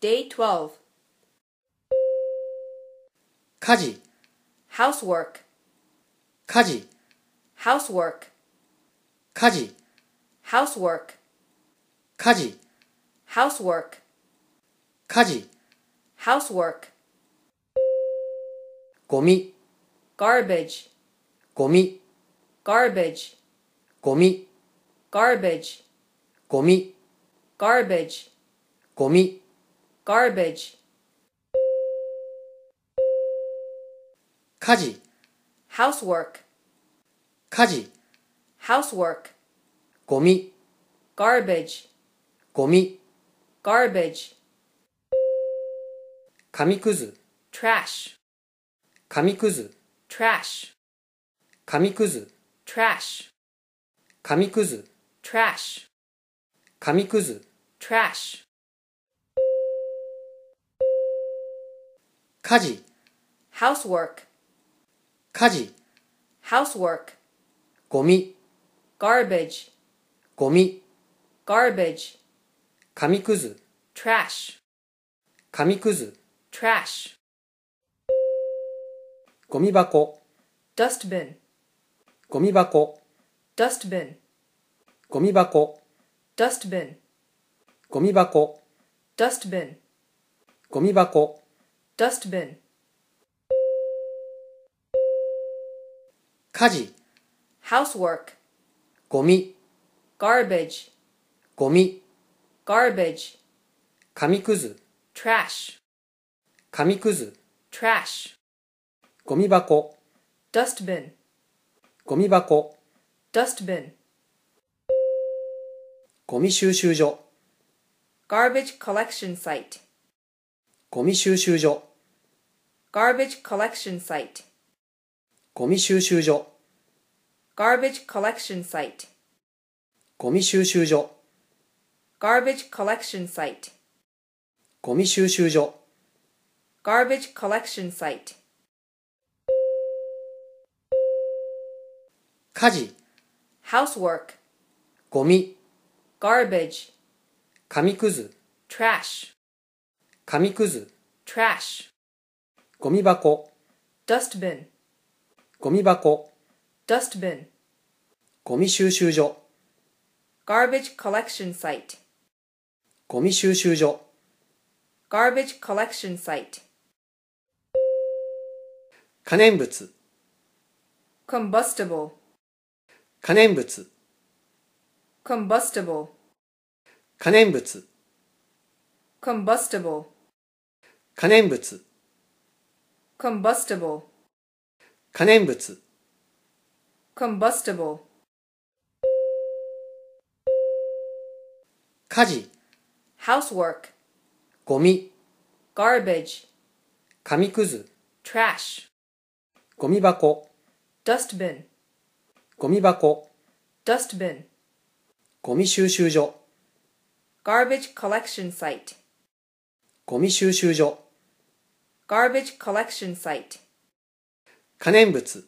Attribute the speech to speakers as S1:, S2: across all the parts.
S1: Day 12.
S2: 家事、
S1: Housework.
S2: 家事、
S1: Housework.
S2: 家事、
S1: Housework.
S2: 家事、
S1: Housework.
S2: 家事、
S1: Housework.
S2: ゴミ、
S1: Garbage.
S2: ゴミ、
S1: Garbage.
S2: ゴミ、
S1: Garbage.
S2: ゴミ、
S1: Garbage.
S2: ゴミ、
S1: Garbage.
S2: 家事、
S1: Housework.
S2: 家事、
S1: Housework.
S2: ゴミ、
S1: Garbage.
S2: ゴミ、
S1: Garbage.
S2: 紙くず、
S1: Trash.
S2: 紙くず、
S1: Trash.
S2: 紙くず、
S1: Trash.
S2: 紙くず、
S1: Trash.
S2: 紙くず、
S1: Trash.
S2: 家事、
S1: Housework.
S2: 家事、
S1: Housework.
S2: ゴミ、
S1: Garbage.
S2: ゴミ、
S1: Garbage.
S2: 紙くず、
S1: Trash.
S2: 紙くず、
S1: Trash.
S2: ゴミ箱、
S1: Dustbin.
S2: ゴミ箱、
S1: Dustbin.
S2: ゴミ箱、
S1: Dustbin.
S2: ゴミ箱、
S1: Dustbin.
S2: ゴミ箱、
S1: Dustbin.
S2: 家事、
S1: Housework.
S2: ゴミ、
S1: Garbage.
S2: ゴミ、
S1: Garbage.
S2: 紙くず、
S1: Trash.
S2: 紙くず、
S1: Trash.
S2: ゴミ箱、
S1: Dustbin.
S2: ゴミ箱、
S1: Dustbin.
S2: ゴミ収集所、
S1: Garbage collection site.
S2: ゴミ収集所、
S1: Garbage collection site.
S2: ゴミ収集所、
S1: Garbage collection site.
S2: ゴミ収集所、
S1: Garbage collection site.
S2: ゴミ収集所、
S1: Garbage collection site.
S2: 家事、
S1: Housework.
S2: ゴミ、
S1: Garbage.
S2: 紙くず、
S1: Trash.
S2: 紙くず、
S1: Trash.
S2: ゴミ箱、
S1: Dustbin.
S2: ゴミ箱、
S1: Dustbin.
S2: ゴミ収集所、
S1: Garbage collection site.
S2: ゴミ収集所、
S1: Garbage collection site.
S2: 可燃物、
S1: Combustible.
S2: 可燃物、
S1: Combustible.
S2: 可燃物、
S1: Combustible.
S2: 可燃物、
S1: Combustible.
S2: 可燃物、
S1: Combustible.
S2: 家事、
S1: Housework.
S2: ゴミ、
S1: Garbage.
S2: 紙くず、
S1: Trash.
S2: ゴミ箱、
S1: Dustbin.
S2: ゴミ箱、
S1: Dustbin.
S2: ゴミ収集所、
S1: Garbage collection site.
S2: ゴミ収集所、
S1: Garbage collection site.
S2: 可燃物、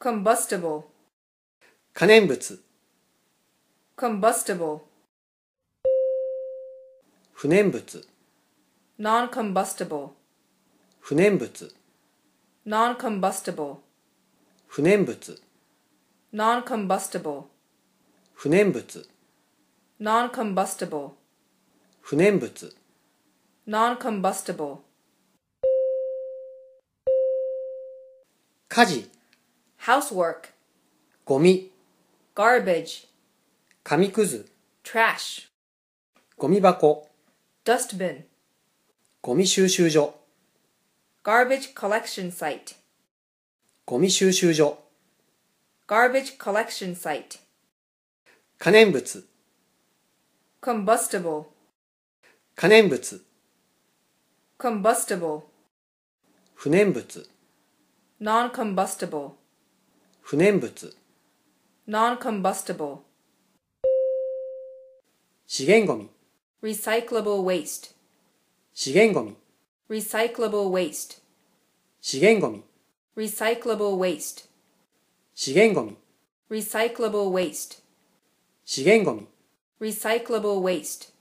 S1: Combustible.
S2: 可燃物、
S1: Combustible.
S2: 不燃物、
S1: Non-combustible.
S2: 不燃物、
S1: Non-combustible.
S2: 不燃物、
S1: Non-combustible.
S2: 不燃物、
S1: Non-combustible.
S2: 不燃物、
S1: Non-combustible.
S2: 家事、
S1: Housework.
S2: ゴミ、
S1: Garbage.
S2: 紙くず、
S1: Trash.
S2: ゴミ箱、
S1: Dustbin.
S2: ゴミ収集所、
S1: Garbage collection site.
S2: ゴミ収集所、
S1: Garbage collection site.
S2: 可燃物、
S1: Combustible.
S2: 可燃物、
S1: Combustible.
S2: 不燃物、
S1: Non-combustible.
S2: 不燃物、
S1: Non-combustible.
S2: 資源ゴミ、
S1: Recyclable waste.
S2: 資源ゴミ、
S1: Recyclable waste.
S2: 資源ゴミ、
S1: Recyclable waste.
S2: 資源ゴミ、
S1: Recyclable waste.
S2: 資源ゴミ、
S1: Recyclable waste.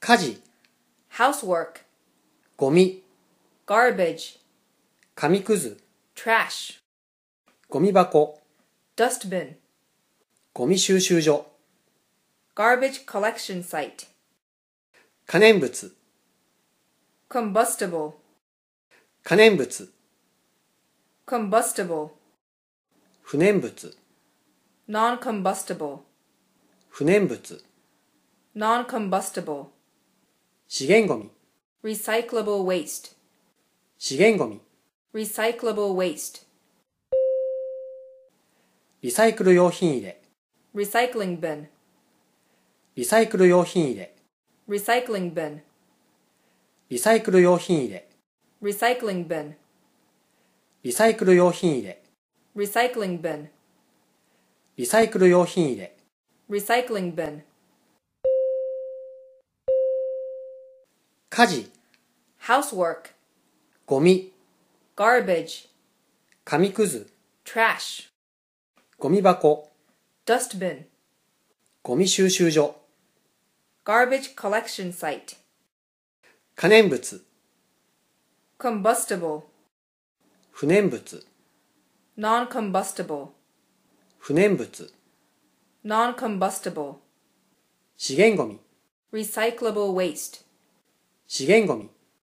S2: 家事、
S1: housework,
S2: ゴミ、
S1: garbage,
S2: 紙くず、
S1: trash,
S2: ゴミ箱、
S1: dustbin,
S2: ゴミ収集所、
S1: garbage collection site,
S2: 可燃物、
S1: combustible,
S2: 可燃物、
S1: combustible,
S2: 不燃物、
S1: non-combustible,
S2: 不燃物、
S1: non-combustible,
S2: 資源ゴミ、
S1: recyclable waste,
S2: 資源ゴミ、
S1: recyclable waste,
S2: リサイクル用品入れ、
S1: recycling bin,
S2: リサイクル用品入れ、
S1: recycling bin,
S2: リサイクル用品入れ、
S1: recycling bin,
S2: リサイクル用品入れ、
S1: recycling bin,
S2: リサイクル用品入れ、
S1: recycling bin,
S2: 家事、
S1: housework,
S2: ゴミ、
S1: garbage,
S2: 紙くず、
S1: trash,
S2: ゴミ箱、
S1: dustbin,
S2: ゴミ収集所、
S1: garbage collection site,
S2: 可燃物、
S1: combustible,
S2: 不燃物、
S1: non-combustible,
S2: 不燃物、
S1: non-combustible,
S2: 資源ゴミ、
S1: recyclable waste,
S2: 資源ゴミ、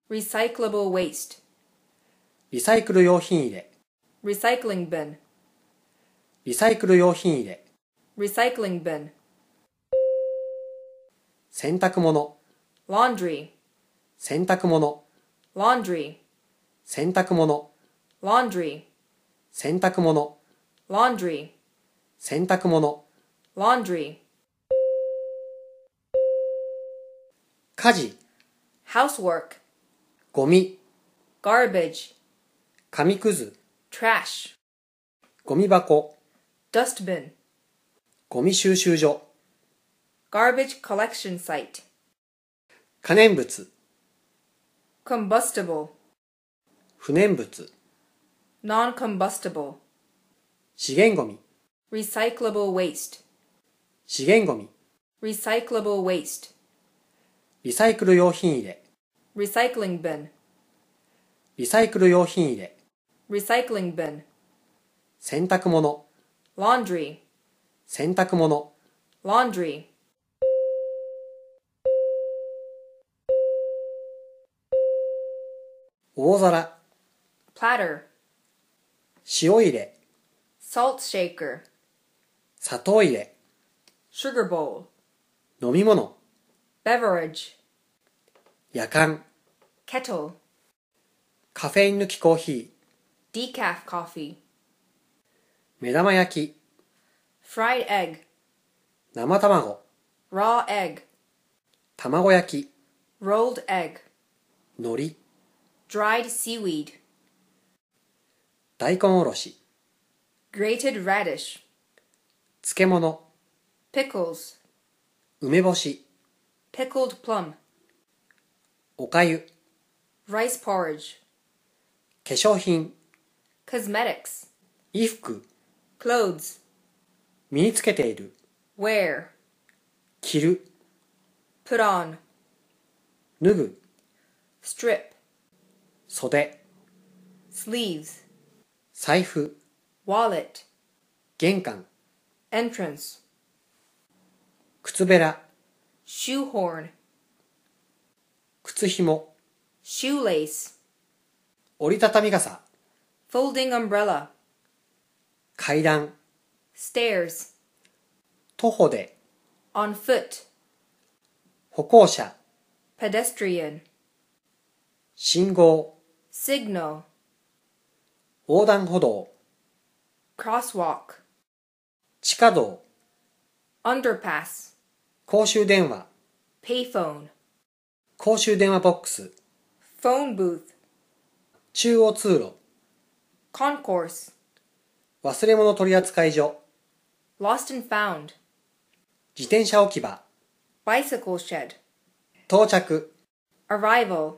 S1: recyclable waste,
S2: リサイクル用品入れ、
S1: recycling bin,
S2: リサイクル用品入れ、
S1: recycling bin,
S2: 洗濯物、
S1: laundry,
S2: 洗濯物、
S1: laundry,
S2: 洗濯物、
S1: laundry,
S2: 洗濯物、
S1: laundry,
S2: 洗濯物、
S1: laundry,
S2: 家事、
S1: housework,
S2: ゴミ、
S1: garbage,
S2: 紙くず、
S1: trash,
S2: ゴミ箱、
S1: dustbin,
S2: ゴミ収集所、
S1: garbage collection site,
S2: 可燃物、
S1: combustible,
S2: 不燃物、
S1: non-combustible,
S2: 資源ゴミ、
S1: recyclable waste,
S2: 資源ゴミ、
S1: recyclable waste,
S2: リサイクル用品入れ、
S1: recycling bin,
S2: リサイクル用品入れ、
S1: recycling bin,
S2: 洗濯物、
S1: laundry,
S2: 洗濯物、
S1: laundry,
S2: 大皿、
S1: platter,
S2: 塩入れ、
S1: salt shaker,
S2: 砂糖入れ、
S1: sugar bowl,
S2: 飲み物、
S1: beverage,
S2: 夜間、
S1: kettle,
S2: カフェイン抜きコーヒ
S1: decaf coffee,
S2: ー、目玉焼き、
S1: fried egg,
S2: 生卵、
S1: raw egg,
S2: 卵焼き、
S1: rolled egg,
S2: 海苔、
S1: dried seaweed,
S2: 大根おろし、
S1: grated radish,
S2: 漬物、
S1: pickles,
S2: 梅干し、
S1: pickled plum,
S2: おかゆ、
S1: rice porridge,
S2: 化粧品、
S1: cosmetics,
S2: 衣服、
S1: clothes,
S2: 身につけている、
S1: wear,
S2: 着る、
S1: put on,
S2: 脱ぐ、
S1: strip,
S2: 袖、
S1: sleeves,
S2: 財布、
S1: wallet,
S2: 玄関、
S1: entrance,
S2: 靴べら、
S1: shoehorn,
S2: 靴紐、
S1: shoelace,
S2: 折りたたみ傘、
S1: folding umbrella,
S2: 階段、
S1: stairs,
S2: 徒歩で、
S1: on foot,
S2: 歩行者、
S1: pedestrian,
S2: 信号、
S1: signal,
S2: 横断歩道、
S1: crosswalk,
S2: 地下道、
S1: underpass,
S2: 公衆電話、
S1: payphone,
S2: 公衆電話ボックス、
S1: phone booth,
S2: 中央通路、
S1: concourse,
S2: 忘れ物取扱所、
S1: lost and found,
S2: 自転車置き場、
S1: bicycle shed,
S2: 到着、
S1: arrival,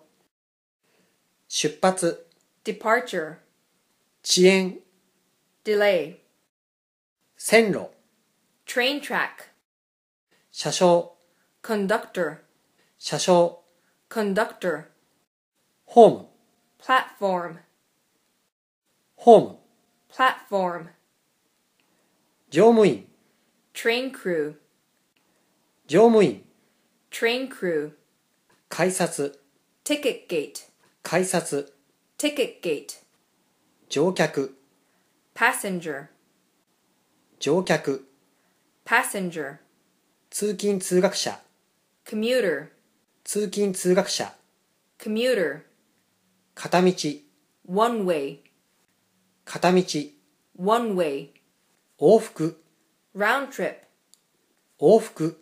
S2: 出発、
S1: departure,
S2: 遅延、
S1: delay,
S2: 線路、
S1: train track,
S2: 車掌、
S1: conductor,
S2: 車車掌、
S1: conductor,
S2: ホーム、
S1: platform,
S2: ホーム、
S1: platform,
S2: 乗務員、
S1: train crew,
S2: 乗務員、
S1: train crew,
S2: 改札、
S1: ticket gate,
S2: 改札、
S1: ticket gate,
S2: 乗客、
S1: passenger,
S2: 乗客、
S1: passenger,
S2: 通勤通学者、
S1: commuter,
S2: 通勤通学者、
S1: commuter,
S2: 片道、
S1: one way,
S2: 片道、
S1: one way,
S2: 往復、
S1: round trip,
S2: 往復、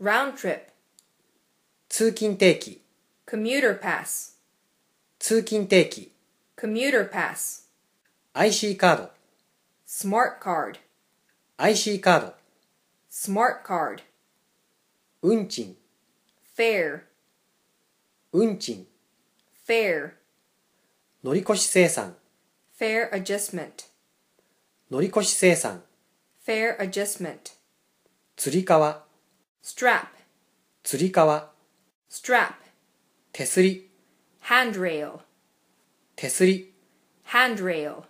S1: round trip,
S2: 通勤定期、
S1: commuter pass,
S2: 通勤定期、
S1: commuter pass,
S2: IC カード、
S1: smart card,
S2: IC カード、
S1: smart card,
S2: 運賃、
S1: fare,
S2: 運賃、
S1: fare,
S2: 乗り越し生産、
S1: fare adjustment,
S2: 乗り越し生産、
S1: fare adjustment,
S2: つり革、
S1: strap,
S2: つり革、
S1: strap,
S2: 手すり、
S1: handrail,
S2: 手すり、
S1: handrail,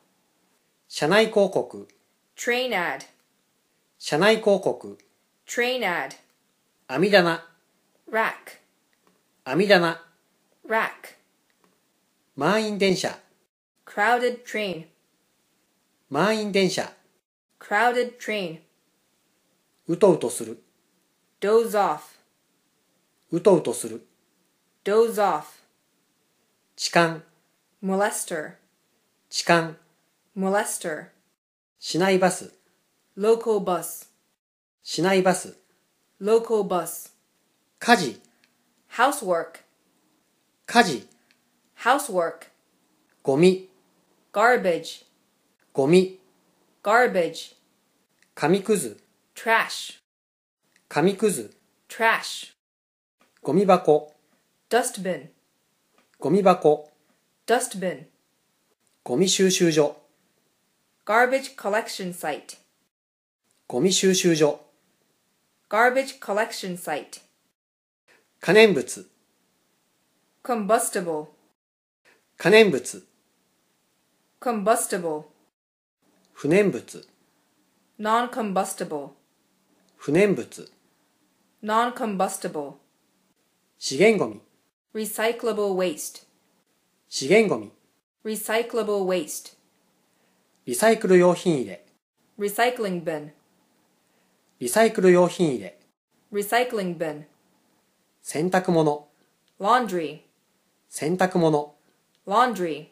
S2: 車内広告、
S1: train ad,
S2: 車内広告、
S1: train ad,
S2: 網棚、
S1: rack,
S2: 網棚、
S1: rack,
S2: 満員電車、
S1: crowded train,
S2: 満員電車、
S1: crowded train,
S2: うとうとする、
S1: doze off,
S2: うとうとする、
S1: doze off,
S2: 痴漢、
S1: molester,
S2: 痴漢、
S1: molester,
S2: 市内バス、
S1: local bus,
S2: 市内バス、
S1: local bus,
S2: 火事、
S1: housework,
S2: 火事、
S1: housework,
S2: ゴミ、
S1: garbage,
S2: ゴミ、
S1: garbage,
S2: 紙くず、
S1: trash,
S2: 紙くず、
S1: trash,
S2: ゴミ箱、
S1: dustbin,
S2: ゴミ箱、
S1: dustbin,
S2: ゴミ収集所、
S1: garbage collection site,
S2: ゴミ収集所、
S1: garbage collection site,
S2: 可燃物、
S1: combustible,
S2: 可燃物、
S1: combustible,
S2: 不燃物、
S1: non-combustible,
S2: 不燃物、
S1: non-combustible,
S2: 資源ゴミ、
S1: recyclable waste,
S2: 資源ゴミ、
S1: recyclable waste,
S2: リサイクル用品入れ、
S1: recycling bin,
S2: リサイクル用品入れ、
S1: recycling bin,
S2: 洗濯物、
S1: laundry,
S2: 洗濯物、
S1: laundry,